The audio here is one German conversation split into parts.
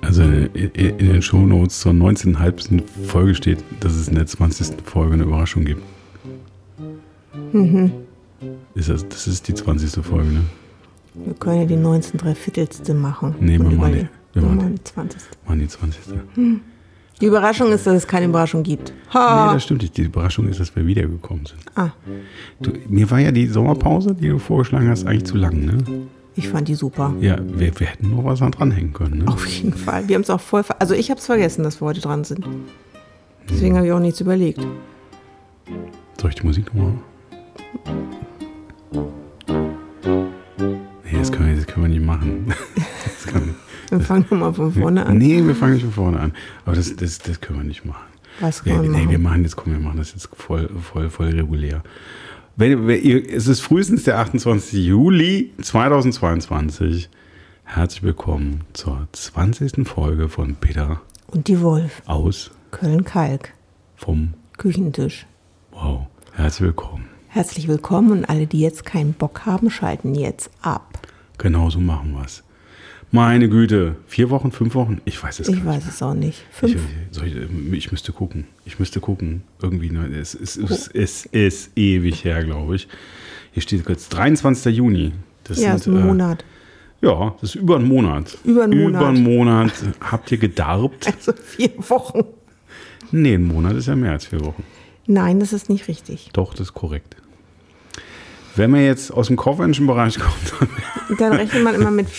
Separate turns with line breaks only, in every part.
Also in den Shownotes zur 19,5. Folge steht, dass es in der 20. Folge eine Überraschung gibt.
Mhm.
Ist das, das ist die 20. Folge, ne?
Wir können ja die 19 Dreiviertelste machen.
Nee, wir
Und
machen
überle-
die- wir
wir
machen
machen die 20.
Mann, die 20.
Die Überraschung ist, dass es keine Überraschung gibt.
Nee,
Ha!
das stimmt nicht. Die Überraschung ist, dass wir wiedergekommen sind.
ah,
Du, mir war ja die Sommerpause, die du vorgeschlagen hast, eigentlich zu lang, ne?
ich fand die super.
Ja, wir, wir hätten noch was dran dranhängen können, ne?
Auf jeden Fall. Wir haben es auch voll ver Also ich habe es vergessen, dass wir heute dran sind. Deswegen habe ich auch nichts überlegt.
Hm. Soll ich die Musik nochmal? Nee, das können, wir, das können wir nicht machen. Das kann,
Wir fangen nochmal von vorne an.
nee, wir fangen nicht von vorne an. Aber das, das, das können wir nicht machen.
Was
Ja,
können wir
nee,
machen?
wir machen jetzt, komm, wir machen das jetzt voll, voll, voll regulär. Wenn, wenn ihr, es ist frühestens der 28. Juli 2022. Herzlich willkommen zur 20. Folge von Peter
Und die Wolf.
aus
Köln-Kalk.
vom
Küchentisch.
Wow. Herzlich willkommen.
Herzlich willkommen und alle, die jetzt keinen Bock haben, schalten jetzt ab.
Genau so machen wir es. Meine Güte, vier Wochen, fünf Wochen? Ich weiß es gar
Ich
nicht.
weiß es auch nicht.
Ich, äh,
Fünf.
soll ich, ich müsste gucken. Ich müsste gucken. Irgendwie, ne, es, es, es, es ist ewig her, glaube ich. Hier steht kurz 23. Juni. Das
Ja, ist ein
äh,
Monat.
Ja, das ist über einen Monat.
Über einen
Über einen
Monat.
Monat. Habt ihr gedarbt?
Also vier Wochen.
Nee, ein Monat ist ja mehr als vier Wochen.
Nein, das ist nicht richtig.
Doch, das ist korrekt. Wenn man jetzt aus dem kaufmännischen Bereich kommt, dann,
Dann rechnet man immer mit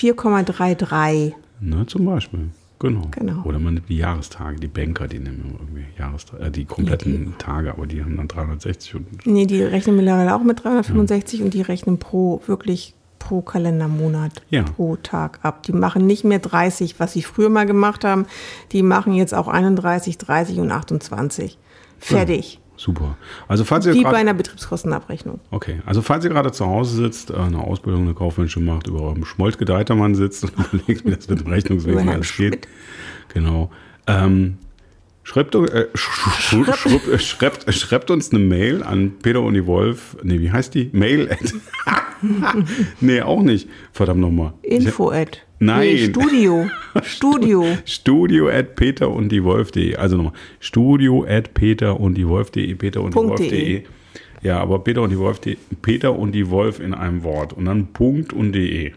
4,33.
ne, zum Beispiel. Genau.
Genau.
Oder man nimmt die Jahrestage, die Banker, die nehmen immer irgendwie Jahrestage, äh, die kompletten Tage, aber die haben dann 360 und
Nee, die rechnen mittlerweile auch mit 365 und die rechnen pro, wirklich pro Kalendermonat,
Ja.
pro Tag ab. Die machen nicht mehr 30, was sie früher mal gemacht haben. Die machen jetzt auch 31, 30 und 28. Fertig.
Super. Also falls ihr
Wie bei
gerade
einer Betriebskostenabrechnung.
okay, also falls ihr gerade zu Hause sitzt, äh, eine Ausbildung, eine Kaufmännische macht, über eurem Schmoltgedeitermann sitzt und überlegt, wie das mit dem Rechnungswesen
Über Herrn
alles geht. Genau. Ähm, schreibt, äh, sch- sch- schrupp- äh, schreibt, äh, schreibt uns eine Mail an Peter und die Wolf. Nee, wie heißt die? Mail at Nee, auch nicht. Verdammt nochmal.
Info-Ad.
Nein.
Nee, Studio. Studio.
Studio at Peter und die Wolf.de. Also nochmal, Studio at Peter und die Wolf.de, Peter und die
Punkt E.
Wolf.de.
de.
Ja, aber Peter und die Wolf, Peter und die Wolf in einem Wort und dann Punkt und de.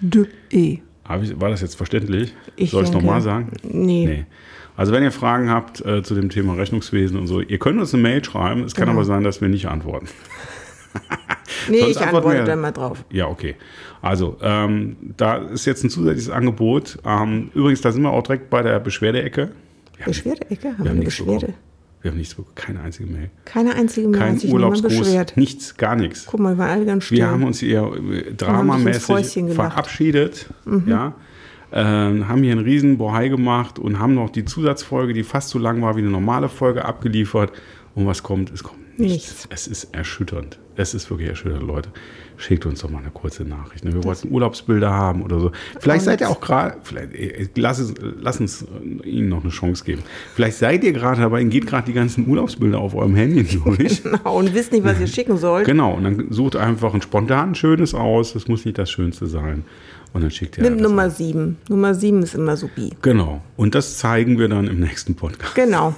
De. E.
Hab ich, war das jetzt verständlich?
Ich
Soll ich es
denke,
nochmal sagen?
nee.
Also wenn ihr Fragen habt äh, zu dem Thema Rechnungswesen und so, ihr könnt uns eine Mail schreiben. Es kann
Genau.
aber sein, dass wir nicht antworten.
Nee,
Sonst
ich
antworten wir-
antworte dann mal drauf.
Ja, okay. Also, ähm, da ist jetzt ein zusätzliches Angebot. Ähm, übrigens, da sind wir auch direkt bei der Beschwerdeecke. Wir haben-
Beschwerde-Ecke?
Wir
Haben wir
haben
eine
nichts
Beschwerde?
bekommen. Wir haben nichts bekommen. Keine einzige Mail.
Keine einzige mehr
Kein
hat sich niemand
Urlaubsgruß.
beschwert.
Nichts, gar nichts.
Guck mal, wir waren alle ganz still.
Wir haben uns hier äh, dramamäßig
Fäustchen gemacht.
verabschiedet. Ja. Ähm, haben hier einen riesen Bohai gemacht und haben noch die Zusatzfolge, die fast so lang war wie eine normale Folge, abgeliefert. Und was kommt? Es kommt nichts.
Nichts.
Es ist erschütternd. Es ist wirklich erschütternd, Leute. Schickt uns doch mal eine kurze Nachricht. Ne? Wir wollten Urlaubsbilder haben oder so. Vielleicht seid ihr auch gerade, vielleicht äh, lass, es- lass uns äh, ihnen noch eine Chance geben. Vielleicht seid ihr gerade dabei, ihnen geht gerade die ganzen Urlaubsbilder auf eurem Handy durch.
Genau, und wisst nicht, was ihr schicken sollt.
Genau, und dann sucht einfach ein spontan schönes aus. Das muss nicht das Schönste sein. Und dann schickt ihr
Nimm
das
Nummer
an.
7. Nummer 7 ist immer so bi.
Genau. Und das zeigen wir dann im nächsten Podcast.
Genau.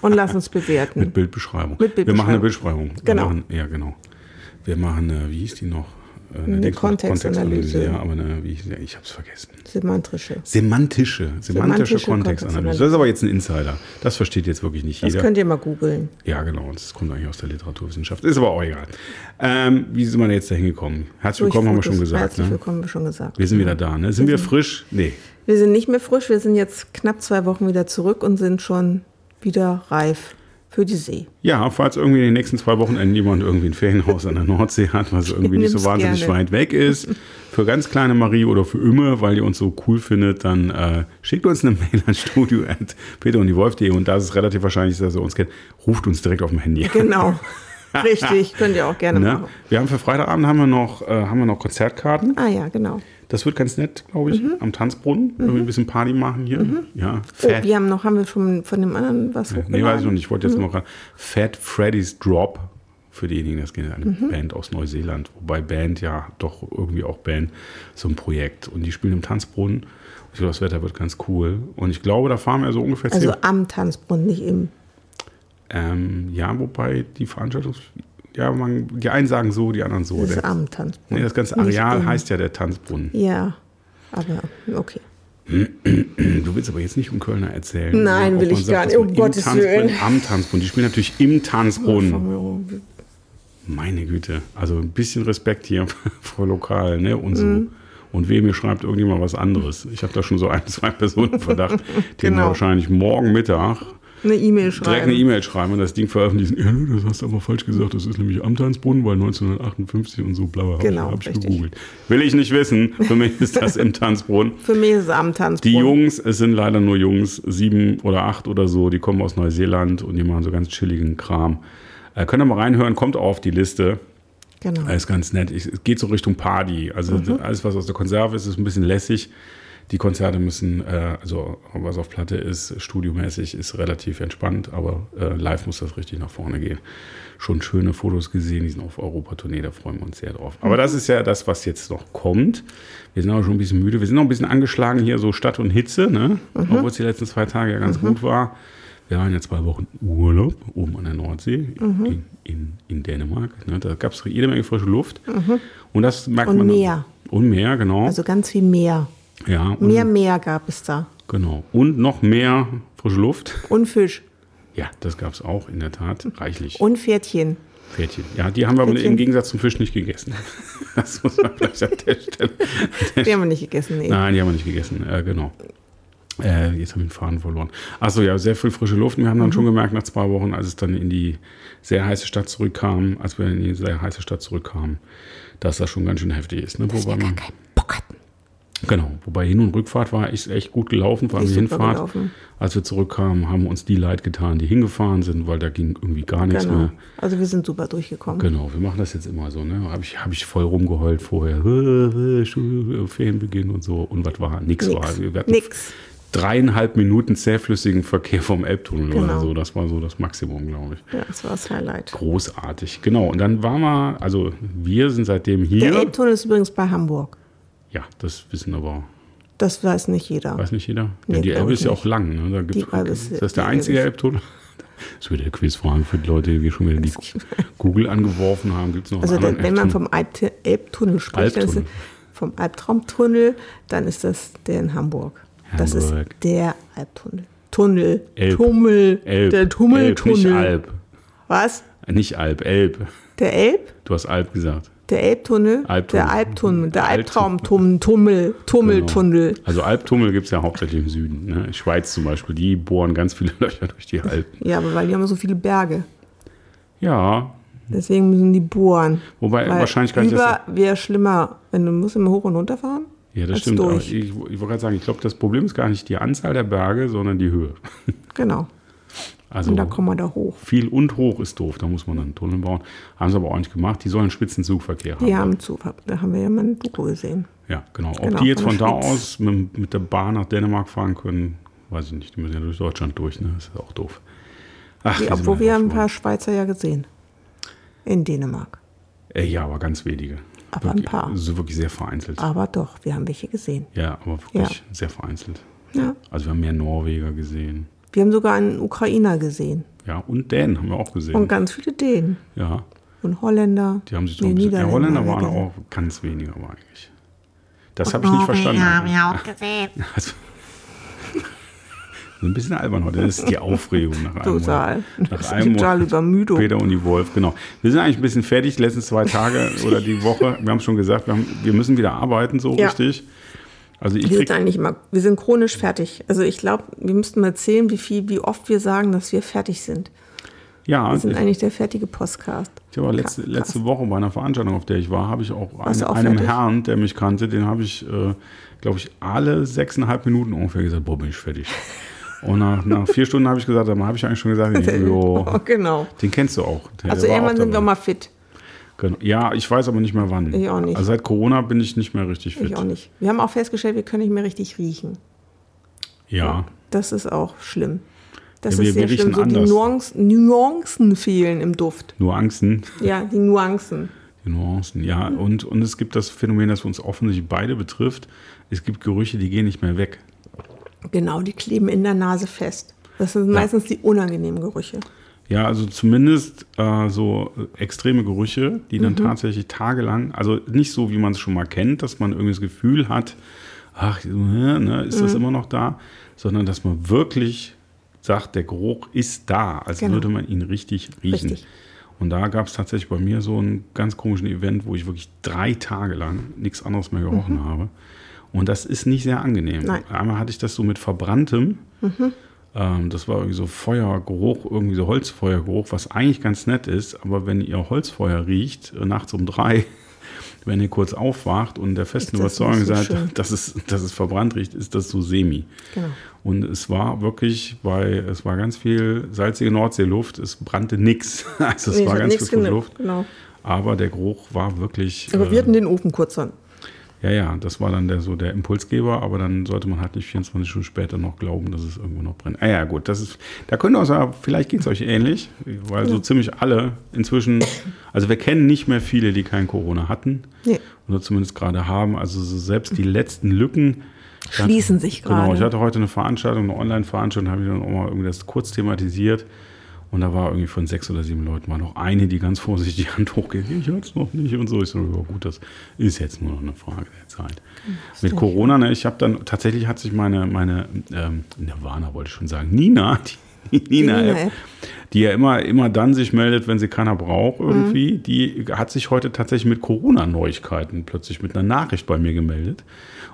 Und lass uns bewerten.
Mit Bildbeschreibung.
Mit
Wir machen eine
Bildbeschreibung.
Bildbeschreibung.
Genau.
Wir machen, ja, genau. Wir machen, äh, wie hieß die noch? Äh,
Eine
Dings-
Kontextanalyse.
Ja, aber eine, wie, hieß die? ich habe es vergessen.
Semantrische.
Semantische, semantische,
Semantische
Kontextanalyse.
Kontextanalyse.
Das ist aber jetzt ein Insider. Das versteht jetzt wirklich nicht
Das
jeder.
könnt ihr mal googeln.
Ja, genau. Das kommt eigentlich aus der Literaturwissenschaft. Ist aber auch egal. Ähm, wie sind wir jetzt da hingekommen? Herzlich
Durch
willkommen, haben wir
Fotos.
schon gesagt.
Herzlich
Ne?
willkommen, haben wir schon gesagt.
Wir sind wieder da, ne? Sind
Mhm.
wir frisch? Nee.
Wir sind nicht mehr frisch. Wir sind jetzt knapp zwei Wochen wieder zurück und sind schon wieder reif für die See.
Ja, falls irgendwie in den nächsten zwei Wochenenden jemand irgendwie ein Ferienhaus an der Nordsee hat, was irgendwie nicht so
Nimm's
wahnsinnig
gerne.
weit weg ist, für ganz kleine Marie oder für immer, weil ihr uns so cool findet, dann äh, schickt uns eine Mail an studio und die Wolf.de und da ist es relativ wahrscheinlich, dass ihr uns kennt, ruft uns direkt auf dem Handy an.
Genau. Richtig, könnt ihr auch gerne
Ne?
machen.
Wir haben für Freitagabend haben wir noch, äh, haben wir noch Konzertkarten.
Ah ja, genau.
Das wird ganz nett, glaube ich, am Tanzbrunnen. Wenn wir ein bisschen Party machen hier. Ja.
Mhm. Oh,
Fat.
wir haben noch, haben wir schon von dem anderen was
nee, weiß ich noch
hochgeladen?
nicht. Ich wollte jetzt noch ran. Fat Freddy's Drop. Für diejenigen, das geht eine
Mhm.
Band aus Neuseeland. Wobei Band ja doch irgendwie auch Band so ein Projekt. Und die spielen im Tanzbrunnen. Ich glaube, das Wetter wird ganz cool. Und ich glaube, da fahren wir so ungefähr
Also
zehn-
am Tanzbrunnen, nicht im.
Ähm, ja, wobei die Veranstaltung. Ja, man, die einen sagen so, die anderen so.
Das ist
Der,
am Tanzbrunnen.
nee, das ganze
Nicht
Areal
im-
heißt ja der Tanzbrunnen.
Ja, aber okay.
Du willst aber jetzt nicht um Kölner erzählen.
Nein,
Ob
will
man
ich
sagt,
gar
dass
nicht.
man
Um
im
Gottes
Tanzbrunnen,
Willen.
Am Tanzbrunnen. Die spielen natürlich im Tanzbrunnen.
Warum-
Meine Güte. Also ein bisschen Respekt hier vor Lokal, ne? Und so.
Mhm.
Und weh, mir schreibt irgendjemand was anderes. Ich habe da schon so ein, zwei Personen im Verdacht, die mir
Genau.
wahrscheinlich morgen Mittag
Eine E-Mail
direkt eine
schreiben.
E-Mail schreiben und das Ding veröffentlichen. Ja, nö, das hast du aber falsch gesagt. Das ist nämlich am Tanzbrunnen, weil 1958 und so bla bla.
Genau,
Habe ich
richtig.
gegoogelt. Will ich nicht wissen. Für mich ist das im Tanzbrunnen.
Für mich ist es am
Die
Tanzbrunnen.
Jungs, es sind leider nur Jungs, sieben oder acht oder so, die kommen aus Neuseeland und die machen so ganz chilligen Kram. Äh, könnt ihr mal reinhören, kommt auf die Liste.
Genau.
Äh, ist ganz nett. Ich, es geht so Richtung Party. Also alles, was aus der Konserve ist, ist ein bisschen lässig. Die Konzerte müssen, äh, also was auf Platte ist, studiomäßig, ist relativ entspannt, aber äh, live muss das richtig nach vorne gehen. Schon schöne Fotos gesehen, die sind auf Europa-Tournee, da freuen wir uns sehr drauf. Aber das ist ja das, was jetzt noch kommt. Wir sind auch schon ein bisschen müde. Wir sind noch ein bisschen angeschlagen hier, so Stadt und Hitze, ne?
Mhm.
obwohl es die letzten zwei Tage ja ganz gut war. Wir waren ja zwei Wochen Urlaub oben an der Nordsee
Mhm.
in, in, in Dänemark. Ne? Da gab es jede Menge frische Luft. Und das merkt
Mhm. Und
man.
Meer.
Und Meer, genau.
Also ganz viel mehr.
ja, und,
Mehr Meer gab es da.
genau. Und noch mehr frische Luft.
Und Fisch.
Ja, das gab es auch in der Tat reichlich.
Und Pferdchen.
Pferdchen. Ja, die haben wir aber
Pferdchen.
im Gegensatz zum Fisch nicht gegessen. Das muss man vielleicht an der Stelle.
Die haben wir nicht gegessen. Nee.
Nein, die haben wir nicht gegessen, äh, genau. Äh, jetzt habe ich den Faden verloren. Achso, ja, sehr viel frische Luft. Und Wir haben
Mhm.
dann schon gemerkt, nach zwei Wochen, als es dann in die sehr heiße Stadt zurückkam, als wir in die sehr heiße Stadt zurückkamen, dass das schon ganz schön heftig ist. Ne? Wobei man,
Kein Bock hatten.
genau, wobei Hin- und Rückfahrt war echt, echt gut gelaufen, vor allem
Ist
die
super
Hinfahrt.
gelaufen.
Als wir zurückkamen, haben uns die leid getan, die hingefahren sind, weil da ging irgendwie gar nichts
Genau.
mehr.
Also wir sind super durchgekommen.
Genau, wir machen das jetzt immer so. Ne? Habe ich, hab ich voll rumgeheult vorher. Schule, Ferienbeginn und so. Und was war? Nix, war.
Nix.
Wir hatten
Nix.
dreieinhalb Minuten zähflüssigen Verkehr vom Elbtunnel oder
Genau.
so. Das war so das Maximum, glaube ich.
Ja, das war das Highlight.
Großartig. Genau. Und dann waren wir, also wir sind seitdem hier.
Der Elbtunnel ist übrigens bei Hamburg.
ja, das wissen aber,
Das weiß nicht jeder.
weiß nicht jeder.
Nee,
Denn die
glaub
Elbe
ich
ist ja
nicht.
auch lang. Ne? Da gibt's,
Die Elbe ist-
ist das der
die
einzige
Elbe
Elbtunnel? Das wird der Quizfragen für die Leute, die wir schon wieder die Google angeworfen haben. Gibt es noch
Also
einen
da,
anderen
wenn man
Elbtunnel?
vom Alpti- Elbtunnel spricht, dann ist es
Albtunnel.
vom Albtraumtunnel, dann ist das der in Hamburg. Das ist
Hamburg.
der Albtunnel. Tunnel.
Elb.
Tummel.
Elb.
Der
Elb, nicht
Tummeltunnel.
Alb.
Was?
Nicht Alb, Elb.
Der Elb?
Du hast Alb gesagt.
Der Elbtunnel?
Albtunnel.
Der Albtunnel. Der
Albtunnel.
Albtraumtunnel. Tummel. Tummeltunnel.
Also Albtunnel gibt es ja hauptsächlich im Süden. Ne? Schweiz zum Beispiel, die bohren ganz viele Löcher durch die Alpen.
Ja, aber weil die haben so viele Berge.
Ja,
Deswegen müssen die bohren.
wobei
Weil
wahrscheinlich kann ich das.
über wäre schlimmer, wenn du musst immer hoch und runter fahren.
Ja, das
als
stimmt. Aber ich,
Durch.
ich wollte gerade sagen, ich glaube, das Problem ist gar nicht die Anzahl der Berge, sondern die Höhe.
Genau.
Also
Und da kommen wir da hoch.
viel und hoch ist doof. Da muss man dann einen Tunnel bauen. Haben sie aber auch nicht gemacht. Die sollen einen spitzen Zugverkehr haben.
Die haben zu, da haben wir ja mal ein Doku gesehen.
Ja, genau. Ob
Genau,
die jetzt
von
von
der
da
Schweiz.
aus mit, mit der Bahn nach Dänemark fahren können, weiß ich nicht. Die müssen ja durch Deutschland durch, ne? Das ist auch doof. Ach,
Die,
diese
obwohl wir ein
Männer
paar Schweizer ja gesehen. In Dänemark.
schon. Äh, ja, aber ganz wenige.
Aber ein
wirklich,
paar. Ah.
So wirklich sehr vereinzelt.
Aber doch, wir haben welche gesehen.
Ja, aber wirklich sehr vereinzelt.
Ja.
Also wir haben mehr Norweger gesehen.
Wir haben sogar einen Ukrainer gesehen.
Ja, und Dänen haben wir auch gesehen.
Und ganz viele Dänen.
ja,
Und Holländer.
die haben sich so
Nee,
ein bisschen... Ja,
Niederländer
Holländer
genau. haben wir
waren
gesehen.
auch ganz wenige, aber eigentlich. Das habe ich nicht verstanden.
Ja, auch gesehen.
Also, so ein bisschen albern heute. Das ist die Aufregung nach einem
Total.
Monat.
Das
Nach
ist
einem
total
Monat.
Übermüdung.
Peter und die Wolf, genau. Wir sind eigentlich ein bisschen fertig, die letzten zwei Tage oder die Woche. Wir haben es schon gesagt, wir, haben, wir müssen wieder arbeiten, so
Ja.
richtig. Also ich
Wir sind
krieg,
eigentlich immer, wir sind chronisch fertig. Also ich glaube, wir müssten mal zählen, wie viel, wie oft wir sagen, dass wir fertig sind.
ja,
Wir sind
ich,
eigentlich der fertige Podcast.
ich war letzte,
Krass.
letzte Woche bei einer Veranstaltung, auf der ich war, habe ich auch,
Warst
einen,
du auch
einem
fertig?
Herrn, der mich kannte, den habe ich, äh, glaube ich, alle sechseinhalb Minuten ungefähr gesagt, boah, bin ich fertig. Und nach, nach vier Stunden habe ich gesagt, dann habe ich eigentlich schon gesagt, jo,
genau.
den kennst du auch. Der
Also
war auch
irgendwann sind wir
dabei.
mal fit.
Genau. Ja, ich weiß aber nicht mehr wann.
Ich auch nicht.
Also seit Corona bin ich nicht mehr richtig fit.
Ich auch nicht. Wir haben auch festgestellt, wir können nicht mehr richtig riechen.
Ja.
Das ist auch schlimm. Das
Ja, wir-
ist sehr
wir riechen
schlimm. So die
anders.
Nuancen, Nuancen fehlen im Duft.
Nuancen.
Ja, die Nuancen.
Die Nuancen, ja.
Mhm.
Und, und es gibt das Phänomen, das uns offensichtlich beide betrifft. Es gibt Gerüche, die gehen nicht mehr weg.
Genau, die kleben in der Nase fest. Das sind meistens die unangenehmen Gerüche.
Ja, also zumindest äh, so extreme Gerüche, die
Mhm.
dann tatsächlich tagelang, also nicht so, wie man es schon mal kennt, dass man irgendwie das Gefühl hat, ach, äh, ne, ist
Mhm.
das immer noch da, sondern dass man wirklich sagt, der Geruch ist da, als
Genau.
würde man ihn richtig riechen.
Richtig.
Und da gab es tatsächlich bei mir so einen ganz komischen Event, wo ich wirklich drei Tage lang nichts anderes mehr gerochen habe. Und das ist nicht sehr angenehm.
Mhm. Nein.
Einmal hatte ich das so mit verbranntem. Ähm, das war irgendwie so Feuergeruch, irgendwie so Holzfeuergeruch, was eigentlich ganz nett ist. Aber wenn ihr Holzfeuer riecht, äh, nachts um drei, wenn ihr kurz aufwacht und der festen
Ist das nicht
Überzeugung
so
seid,
schön?
dass es, dass es verbrannt riecht, ist das so semi.
Genau.
Und es war wirklich, weil es war ganz viel salzige Nordseeluft, es brannte nichts. Also es
Nee,
war
hat
ganz viel
nichts
von
genützt,
Luft.
Genau.
Aber der Geruch war wirklich.
Aber
äh,
wir hatten den Ofen kurz an.
ja, ja, das war dann der, so der Impulsgeber, aber dann sollte man halt nicht 24 Stunden später noch glauben, dass es irgendwo noch brennt. Ah ja, gut, das ist, da können wir uns ja, vielleicht geht es euch ähnlich, weil so ziemlich alle inzwischen, also wir kennen nicht mehr viele, die kein Corona hatten
Nee.
oder zumindest gerade haben, also so selbst die letzten Lücken. Ich hatte-
Schließen sich
Genau, ich
gerade.
hatte heute eine Veranstaltung, eine Online-Veranstaltung, habe ich dann auch mal irgendwie das kurz thematisiert. Und da war irgendwie von sechs oder sieben Leuten war noch eine, die ganz vorsichtig die Hand hochgeht. Ich hör's noch nicht und so. Ich so, ja gut, das ist jetzt nur noch eine Frage der Zeit. Mit Corona, ne, ich habe dann, tatsächlich hat sich meine, meine ähm, Nirvana wollte ich schon sagen, Nina, die, die Nina,
Nina-App.
App, die ja immer, immer dann sich meldet, wenn sie keiner braucht irgendwie,
Mhm.
die hat sich heute tatsächlich mit Corona-Neuigkeiten plötzlich mit einer Nachricht bei mir gemeldet.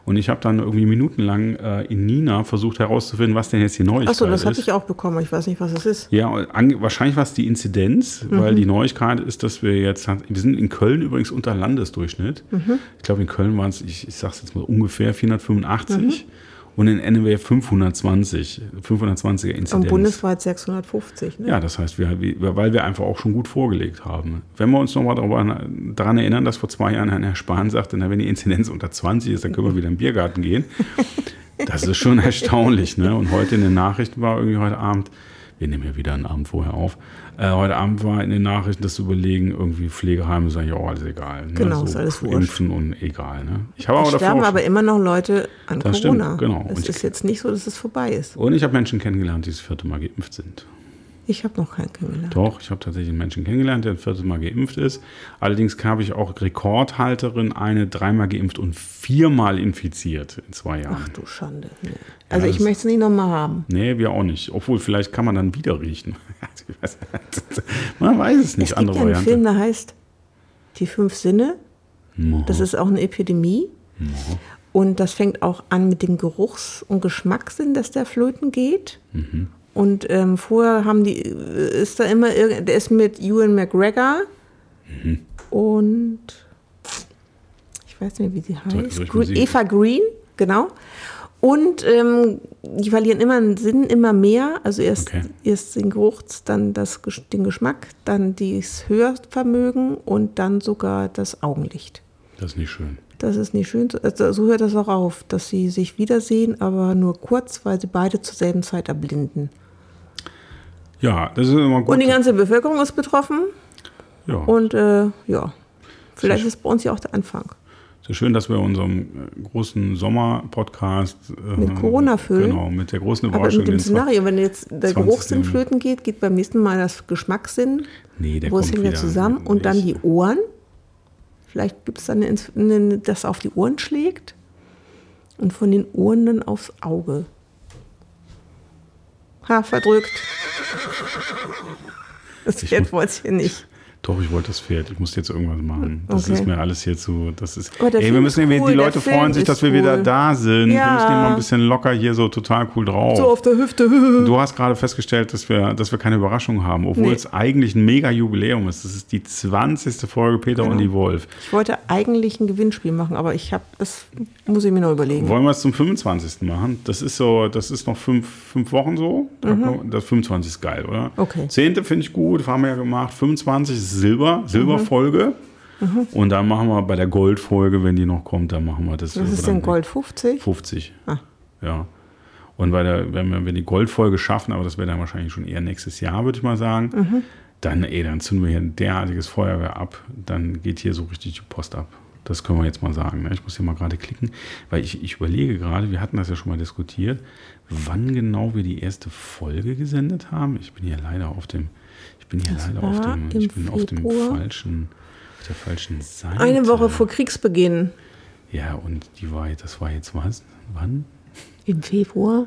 Und ich habe dann irgendwie minutenlang äh, in Nina versucht herauszufinden, was denn jetzt die Neuigkeit
Achso, das
ist.
hatte ich auch bekommen. Ich weiß nicht, was das ist.
Ja, und ange- wahrscheinlich war es die Inzidenz,
Mhm.
weil die Neuigkeit ist, dass wir jetzt, wir sind in Köln übrigens unter Landesdurchschnitt.
Mhm.
Ich glaube, in Köln waren es, ich, ich sage es jetzt mal ungefähr 485
Mhm.
und in NRW 520, 520er Inzidenz.
Und bundesweit 650. Ne?
Ja, das heißt, wir, wir, weil wir einfach auch schon gut vorgelegt haben. Wenn wir uns nochmal daran erinnern, dass vor zwei Jahren Herr Spahn sagte, na, wenn die Inzidenz unter 20 ist, dann können wir wieder in den Biergarten gehen. Das ist schon erstaunlich. Ne? Und heute in den Nachrichten war irgendwie heute Abend, wir nehmen ja wieder einen Abend vorher auf, äh, heute Abend war in den Nachrichten das Überlegen, irgendwie Pflegeheime sagen, ja, alles egal. Ne?
Genau, ist alles wurscht.
Impfen und egal. Ne? Ich habe
Da
aber davor
sterben
auch
aber immer noch Leute an
Das stimmt,
Corona.
genau. Und
Es
ich-
ist jetzt nicht so, dass es vorbei ist.
schon- und ich habe Menschen kennengelernt, die das vierte Mal geimpft sind.
Ich habe noch keinen kennengelernt.
Doch, ich habe tatsächlich einen Menschen kennengelernt, der das vierte Mal geimpft ist. Allerdings habe ich auch Rekordhalterin, eine dreimal geimpft und viermal infiziert in zwei Jahren.
Ach du Schande. Nee. Also ich
das-
möchte es nicht nochmal haben.
Nee, wir auch nicht. Obwohl, vielleicht kann man dann wieder riechen. Ich weiß- man weiß es nicht.
Es gibt
Andere
ja einen
Variante.
Film, der heißt Die fünf Sinne.
No.
Das ist auch eine Epidemie. Und das fängt auch an mit dem Geruchs- und Geschmackssinn, dass der flöten geht.
Mhm.
Und ähm, vorher haben die, äh, ist da immer, irg- der ist mit Ewan McGregor
Mhm.
und ich weiß nicht, wie die
Soll-
heißt.
soll ich mal
Green,
sehen?
Eva Green, genau. Und ähm, die verlieren immer einen Sinn, immer mehr. Also erst,
Okay.
erst den Geruch, dann das, Gesch- den Geschmack, dann das Hörvermögen und dann sogar das Augenlicht.
Das ist nicht schön.
Das ist nicht schön. Also so hört das auch auf, dass sie sich wiedersehen, aber nur kurz, weil sie beide zur selben Zeit erblinden.
Ja, das ist immer gut.
Und die ganze Bevölkerung ist betroffen.
ja.
Und äh, ja, vielleicht ist bei uns ja auch der Anfang.
Es ist schön, dass wir unserem äh, großen Sommer-Podcast äh,
Mit Corona füllen.
Genau, mit der großen
Aber mit
Überraschung.
dem
den zwei-
Szenario, wenn jetzt der
20.
Geruchssinn flöten geht, geht beim nächsten Mal das Geschmackssinn,
Nee, der
wo es
kommt
hängt ja
wieder.
zusammen, und dann
Ich-
die Ohren. Vielleicht gibt es dann eine, Ins- eine, das auf die Ohren schlägt und von den Ohren dann aufs Auge. Ha, verdrückt. Das
Ich
Pferd
muss-
wollte ich nicht.
Doch, ich wollte das Pferd. Ich muss jetzt irgendwas machen. Das
Okay.
ist mir alles hier zu. Das ist.
Aber der
Ey, wir
Film
müssen
ist
irgendwie-
cool,
die
der
Leute
Film
freuen sich,
ist
dass wir wieder
cool.
da sind. Wir
Ja.
müssen hier mal ein bisschen locker hier so total cool drauf.
So auf der Hüfte.
Du hast gerade festgestellt, dass wir, dass wir keine Überraschung haben, obwohl
Nee.
es eigentlich ein mega Jubiläum ist. Das ist die 20. Folge Peter
Genau.
und die Wolf.
Ich wollte eigentlich ein Gewinnspiel machen, aber ich habe, das muss ich mir noch überlegen.
Wollen wir es zum 25. machen? Das ist so, das ist noch fünf, fünf Wochen so. Da kommt- Das 25 ist geil, oder?
Mhm. Okay.
Zehnte finde ich gut, haben wir ja gemacht. 25 ist Silber,
Mhm.
Silberfolge. Und dann machen wir bei der Goldfolge, wenn die noch kommt, dann machen wir das.
Was ist denn
Dann-
Gold 50?
50.
Ah.
Ja. Und bei der, wenn wir, wenn wir die Goldfolge schaffen, aber das wäre dann wahrscheinlich schon eher nächstes Jahr, würde ich mal sagen,
Mhm.
dann, ey, dann zünden wir hier ein derartiges Feuerwehr ab. Dann geht hier so richtig die Post ab. Das können wir jetzt mal sagen. Ne? Ich muss hier mal gerade klicken, weil ich, ich überlege gerade, wir hatten das ja schon mal diskutiert, wann genau wir die erste Folge gesendet haben. Ich bin hier leider auf dem, ich bin hier leider auf
war
dem,
im
ich bin auf dem
Februar.
falschen, auf der falschen Seite.
Eine Woche vor Kriegsbeginn.
Ja, und die war, jetzt- das war jetzt was? Wann?
Im Februar?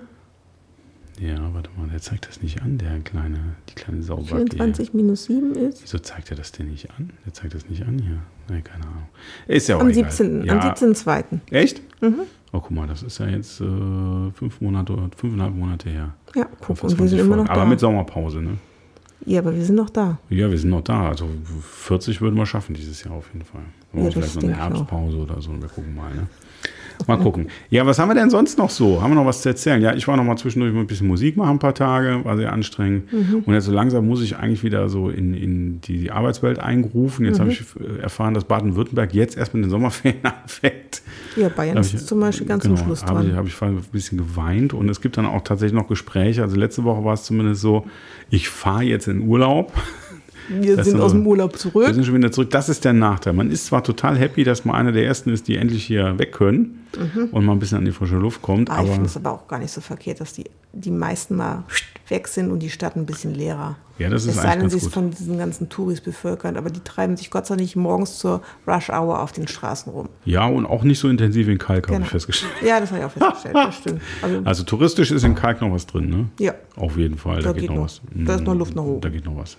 Ja, warte mal, der zeigt das nicht an, der kleine, die kleine Saubacke. hier.
24 minus 7 ist?
Wieso zeigt er das denn nicht an? Der zeigt das nicht an hier. Nee, keine Ahnung. Ist ja auch
Am
Oh, egal.
17.
Ja.
Am Mhm. 17.2.
Echt? Oh, guck mal, das ist ja jetzt äh, fünf Monate, fünfeinhalb Monate her.
Ja, guck, und wir sind
25
immer
Folgen.
noch
Aber
da.
mit Sommerpause, ne?
ja, aber wir sind noch da.
Ja, wir sind noch da. Also 40 würden wir schaffen dieses Jahr auf jeden Fall. Machen wir
das
vielleicht noch eine
denke ich auch.
Herbstpause oder so. Wir gucken mal. Ne? Mal gucken. Ja, was haben wir denn sonst noch so? Haben wir noch was zu erzählen? Ja, ich war noch mal zwischendurch mal ein bisschen Musik machen, ein paar Tage, war sehr anstrengend.
Mhm.
Und jetzt so langsam muss ich eigentlich wieder so in, in die, die Arbeitswelt eingrufen. Jetzt
Mhm.
habe ich äh, erfahren, dass Baden-Württemberg jetzt erst mit den Sommerferien anfängt.
Ja, Bayern
Hab
ist zum Beispiel ganz
genau,
zum Schluss
habe Ich,
dran.
habe ich vor allem ein bisschen geweint und es gibt dann auch tatsächlich noch Gespräche. Also letzte Woche war es zumindest so, ich fahre jetzt in Urlaub.
Wir
das
sind
sind
aus
so-
dem Urlaub
Wir
zurück.
sind schon wieder zurück. Das ist der Nachteil. Man ist zwar total happy, dass man einer der ersten ist, die endlich hier weg können und mal ein bisschen an die frische Luft kommt,
Mhm. Ah, ich
aber
finde es aber auch gar nicht so verkehrt, dass die, die meisten mal weg sind und die Stadt ein bisschen leerer.
Ja, das ist
es
eigentlich
sei denn,
ganz
sie ist
gut.
von diesen ganzen Touris bevölkert, aber die treiben sich Gott sei Dank nicht morgens zur Rush Hour auf den Straßen rum.
ja, und auch nicht so intensiv in Kalk, habe
Genau.
ich festgestellt.
Ja, das habe ich auch festgestellt, das stimmt. Also,
Also touristisch ist in Kalk noch was drin, ne?
Ja.
Auf jeden Fall. Da,
Da
geht,
geht
noch
noch-
was. Mm,
da ist noch Luft nach oben.
Da geht noch was.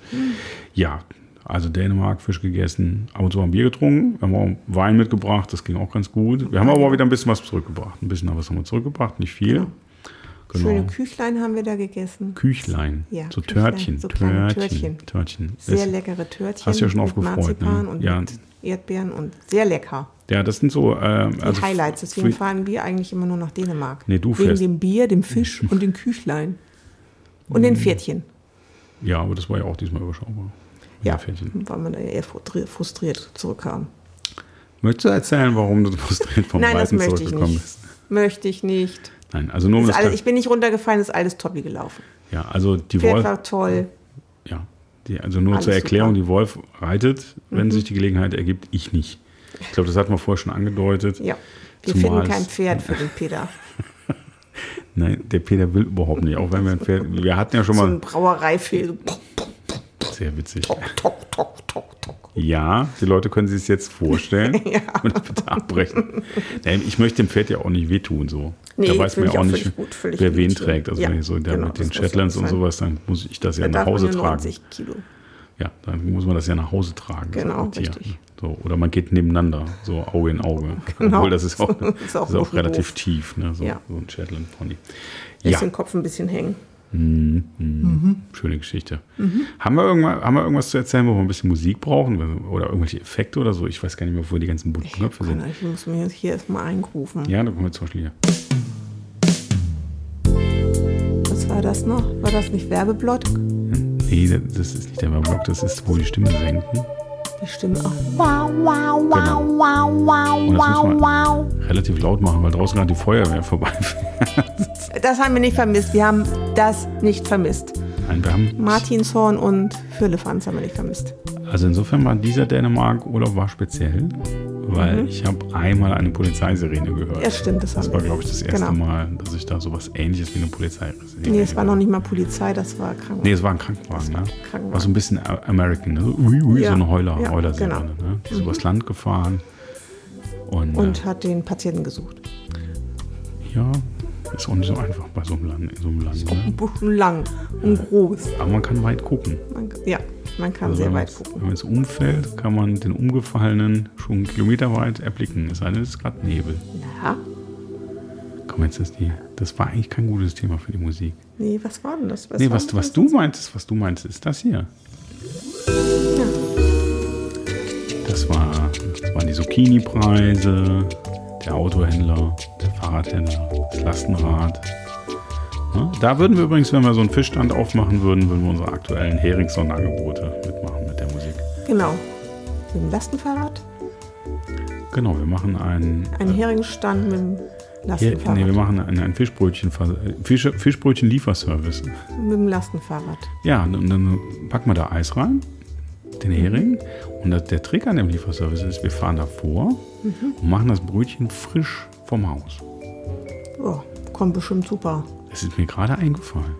Ja, also Dänemark, Fisch gegessen, ab und zu haben Bier getrunken, haben auch Wein mitgebracht, das ging auch ganz gut.
Ah,
Wir haben
genau.
aber wieder ein bisschen was zurückgebracht. Ein bisschen was haben wir zurückgebracht, nicht viel. Genau.
schöne Küchlein haben wir da gegessen.
Küchlein,
Ja,
so
Küchlein,
Törtchen,
so kleine
Törtchen,
Törtchen.
Törtchen.
Sehr
Das-
leckere Törtchen.
hast du ja schon
mit
aufgefreut, ne?
Marzipan und
Ja.
mit Erdbeeren und sehr lecker.
Ja, das sind so ähm,
Die
also
Highlights. Deswegen
für-
fahren wir eigentlich immer nur nach Dänemark.
Nee, du
Wegen
fährst.
dem Bier, dem Fisch und den Küchlein. Und den Pferdchen.
Ja, aber das war ja auch diesmal überschaubar. Mit
Ja,
den Pferdchen.
weil man da eher frustri- frustriert zurückkam.
Möchtest du erzählen, warum du frustriert vom
Nein, das
Reiten
möchte ich
zurückgekommen
nicht.
bist?
Möchte ich nicht.
Nein, also nur um
Ist
das.
alles, ich bin nicht runtergefallen, ist alles toppi gelaufen.
ja, also die
Pferd
Wolf.
war toll.
Ja, die, also nur
Alles
zur Erklärung:
super. Mhm.
Die Wolf reitet, wenn sich die Gelegenheit ergibt. Ich nicht. Ich glaube, das hatten wir vorher schon angedeutet.
Ja. Wir
Zumal
finden
es-
kein Pferd für den Peter.
Nein, der Peter will überhaupt nicht. Auch wenn wir ein Pferd. Wir hatten ja schon
So ein
mal.
Brauereifehl.
Sehr witzig.
Tok, tok, tok, tok.
Ja, die Leute können sich es jetzt vorstellen und das bitte abbrechen. Nein, ich möchte dem Pferd ja auch nicht wehtun. So.
Nee,
da weiß man
finde
ja
ich
auch
auch
nicht,
völlig gut, völlig
wer wen
legitim.
trägt. Also
Ja,
wenn ich so der
genau,
mit den
das muss ja
Shetlands und
sein.
sowas, dann muss ich das ja
Da
nach
darf man
Hause
nur
tragen.
90 Kilo.
Ja, dann muss man das ja nach Hause tragen. so
Genau,
mit dir.
richtig.
So, oder man geht nebeneinander, so Auge in Auge.
Genau.
Obwohl das ist auch,
Das ist auch
das ist auch
doof.
relativ tief, ne? so,
Ja.
so ein Shetland Pony. Ja,
Lässt den Kopf ein bisschen hängen.
schöne Geschichte.
Mhm.
Haben, wir irgendwas, haben wir irgendwas zu erzählen, wo wir ein bisschen Musik brauchen oder irgendwelche Effekte oder so? Ich weiß gar nicht mehr, wo die ganzen bunten Knöpfe sind.
Ich muss mir jetzt hier erstmal einrufen.
Ja, da kommen wir zum Beispiel hier.
Was war das noch? War das nicht Werbeblock?
Nee, das- das ist nicht der Werbeblock, das ist, wo die Stimme senken.
Die Stimme auch.
Wow, wow, wow, wow, wow,
Und das
wow,
müssen
wow.
wir relativ laut machen, weil draußen gerade die Feuerwehr vorbeifährt.
Das haben wir nicht vermisst. Wir haben das nicht vermisst.
Nein, wir haben.
Martinshorn und Firlefanz haben wir nicht vermisst.
Also insofern war dieser Dänemark-Urlaub war speziell, weil ich habe einmal eine Polizeisirene gehört.
Mhm. Ja, stimmt, das
Das
haben
war,
wir.
glaube ich, das erste
Genau.
Mal, dass ich da sowas ähnliches wie eine Polizeisirene
Nee, es war
gehört
noch nicht mal Polizei, das war krank.
Nee, es war ein Krankenwagen, ne?
Krankenwagen.
War so ein bisschen A- American, ne? So, ui, ui, so
Ja.
eine Heuler,
Ja,
Heulersirene,
genau.
ne? Die ist übers Land gefahren. Und, äh,
Und hat den Patienten gesucht.
Ja, Ist auch nicht so einfach bei so einem Land. In so einem Land ne?
Ein bisschen lang und groß.
Aber man kann weit gucken.
Man, ja, man kann
Also
sehr
wenn man
weit
jetzt-
gucken.
Wenn man jetzt umfällt, kann man den Umgefallenen schon kilometerweit erblicken. Es sei denn, es ist gerade Nebel.
Na,
Komm, jetzt ist die. Das war eigentlich kein gutes Thema für die Musik.
nee, was war denn das?
nee,
war
was,
denn
was
das?
du meintest, was du meinst, ist das hier. Das war, das waren die Zucchini-Preise, der Autohändler, der Fahrradhändler, das Lastenrad. Ne? Da würden wir übrigens, wenn wir so einen Fischstand aufmachen würden, würden wir unsere aktuellen Heringssonderangebote mitmachen mit der Musik.
Genau. Mit dem Lastenfahrrad.
Genau, wir machen einen
Ein Heringsstand mit dem
Hier,
Lastenfahrrad.
nee, wir machen einen, einen Fischbrötchen, Fisch, Fischbrötchen-Lieferservice.
mit dem Lastenfahrrad.
Ja, und dann packen wir da Eis rein, den Hering. Und das, der Trick an dem Lieferservice ist, wir fahren davor und machen das Brötchen frisch vom Haus.
Ja, Oh, kommt bestimmt super.
Das ist mir gerade eingefallen.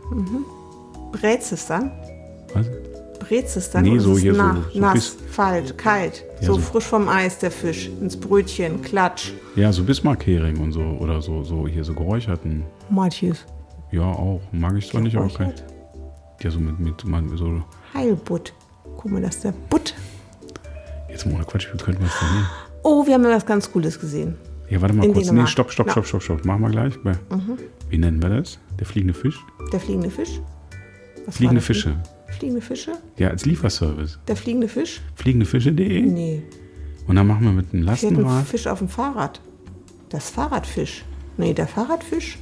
Brätst es dann?
Was?
Brätst es dann?
Nee,
oder
so
ist es
hier so-
nach,
so
Nass,
bis-
falt, kalt.
Ja,
so,
so-
frisch vom Eis der Fisch. Ins Brötchen, Klatsch.
Ja, so Bismarck-Hering und so. Oder so, so hier so geräucherten.
Matthias.
Ja, auch. Mag ich zwar nicht, aber kein.
Geräuchert?
Ja, so mit, mit man, so.
Heilbutt. Guck mal, das ist der Butt.
Jetzt mal ohne Quatsch, wie könnten wir es denn nehmen?
Oh, wir haben ja was ganz Cooles gesehen.
Ja, warte mal
In
kurz.
Dänemark.
Nee, stopp, stopp,
Ja. Mhm.
stopp, stopp, stopp. Machen wir gleich. Wie nennen wir das? Der fliegende Fisch?
Der fliegende Fisch. Was
Fliegende
war das?
Fische.
Fliegende Fische?
Ja, als Lieferservice.
Der fliegende Fisch?
Fliegendefische.de
Nee.
und dann machen wir mit einem
Ich hätte einen
Lastenrad.
Fisch auf dem Fahrrad. Das Fahrradfisch. Nee, der Fahrradfisch.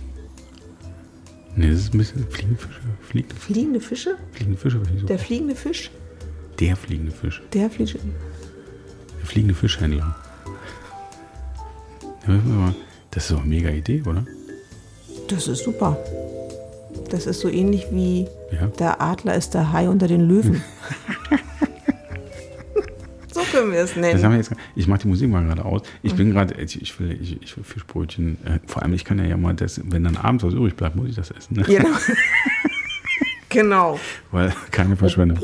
Nee, das ist ein bisschen Fliegenfische. Fliegende,
Fliegende Fische?
fliegende Fische. würde ich so-
Der fliegende Fisch?
der fliegende Fisch.
Der fliegende
Der fliegende Fischhändler. Da müssen wir mal- Das ist doch eine mega Idee, oder?
Das ist super. Das ist so ähnlich wie
Ja.
der Adler ist der Hai unter den Löwen. so können wir es
Das
nennen.
haben wir jetzt, ich mache die Musik mal gerade aus. Ich
Mhm.
bin gerade, ich, ich will, ich, ich will Fischbrötchen. Äh, vor allem, ich kann ja, ja mal, das, wenn dann abends was übrig bleibt, muss ich das essen. Ne?
Genau. genau.
Weil keine Verschwendung.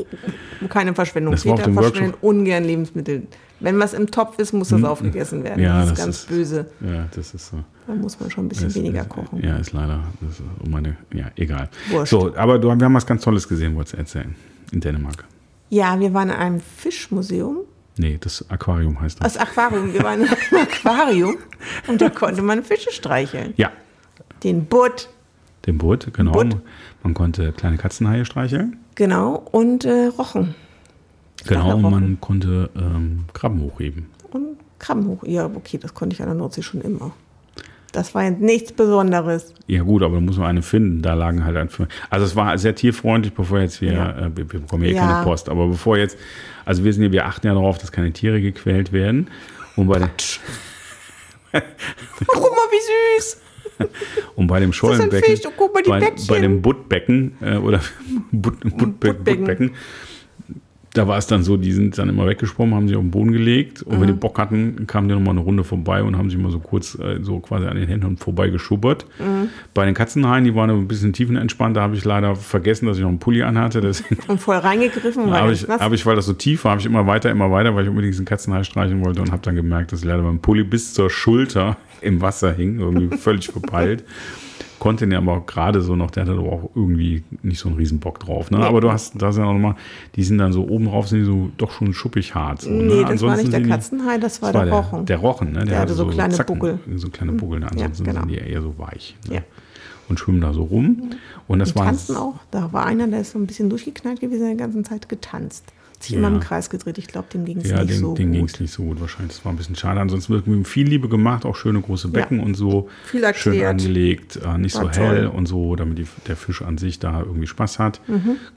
Keine Verschwendung.
Das war auf dem
verschwendet ungern Lebensmittel. Wenn was im Topf ist, muss das aufgegessen werden.
Hm. Ja,
das ist
das
ganz
ist-
böse.
Ja, das ist so.
Da muss man schon ein bisschen
Ist-
weniger
ist-
kochen.
Ja, ist leider. Das ist um meine, ja, egal.
Wurscht.
So, aber du, wir haben was ganz Tolles gesehen, wolltest du erzählen. In Dänemark.
Ja, wir waren in einem Fischmuseum.
Nee, das Aquarium heißt das.
Das Aquarium. Wir waren in einem Aquarium und da konnte man Fische streicheln.
Ja,
Den Butt,
den Boot, genau.
Boot.
Man konnte kleine Katzenhaie streicheln.
genau, und äh, Rochen.
Genau,
Krabben.
man konnte ähm, Krabben hochheben.
Und Krabben hoch. Ja, okay, das konnte ich an der Nordsee schon immer. Das war jetzt nichts Besonderes.
Ja gut, aber da muss man eine finden. Da lagen halt einfach. Also es war sehr tierfreundlich, bevor jetzt wir,
Ja.
äh, wir, wir bekommen ja eh
Ja.
keine Post, aber bevor jetzt, also wir sind ja, wir achten ja darauf, dass keine Tiere gequält werden. Und bei, der,
Guck mal, wie süß.
und bei dem
ein
Schollenbecken,
Fisch. Oh, guck mal, die
bei,
Bäckchen.
bei dem Buttbecken äh, oder Butt, Buttbe
Buttbecken.
Buttbecken, da war es dann so, die sind dann immer weggesprungen, haben sie auf den Boden gelegt und
Mhm.
wenn die Bock hatten, kamen die nochmal eine Runde vorbei und haben sich mal so kurz äh, so quasi an den Händen vorbeigeschubbert.
Mhm.
Bei den Katzenhaien, die waren ein bisschen tiefenentspannt, da habe ich leider vergessen, dass ich noch einen Pulli anhatte. deswegen
Und voll reingegriffen, weil
habe
ich,
ich,
nass.
hab ich, weil das so tief war, habe ich immer weiter, immer weiter, weil ich unbedingt diesen Katzenhai streicheln wollte und habe dann gemerkt, dass leider mein Pulli bis zur Schulter im Wasser hing, irgendwie völlig verpeilt. Konnte ihn ja aber auch gerade so noch, der hatte doch auch irgendwie nicht so einen riesen Bock drauf. Ne? Aber du hast, da sind auch nochmal, die sind dann so oben drauf, sind die so doch schon schuppig hart. So, ne?
nee, das war
Ansonsten
nicht der
sind die-
Katzenhai, das war
das war
der Rochen.
Der Rochen, ne? Der,
hatte so kleine
Zacken,
Buckel.
So kleine Buckel. Ne? Ansonsten
genau.
sind die eher so weich. Ne?
Ja. Hm.
Und schwimmen da so rum. Und das war
Tanzen auch. Da war einer, der ist so ein bisschen durchgeknallt gewesen, der ganze Zeit getanzt. Hat sich immer im Kreis gedreht. Ich glaube, dem ging es
Ja,
nicht
den,
so
den ging
gut.
es nicht so gut wahrscheinlich. Das war ein bisschen schade. Ansonsten wird mit viel Liebe gemacht, auch schöne große Becken und so.
Viel
schön
erklärt.
angelegt, äh, nicht so
War
hell
toll.
und so, damit die, der Fisch an sich da irgendwie Spaß hat.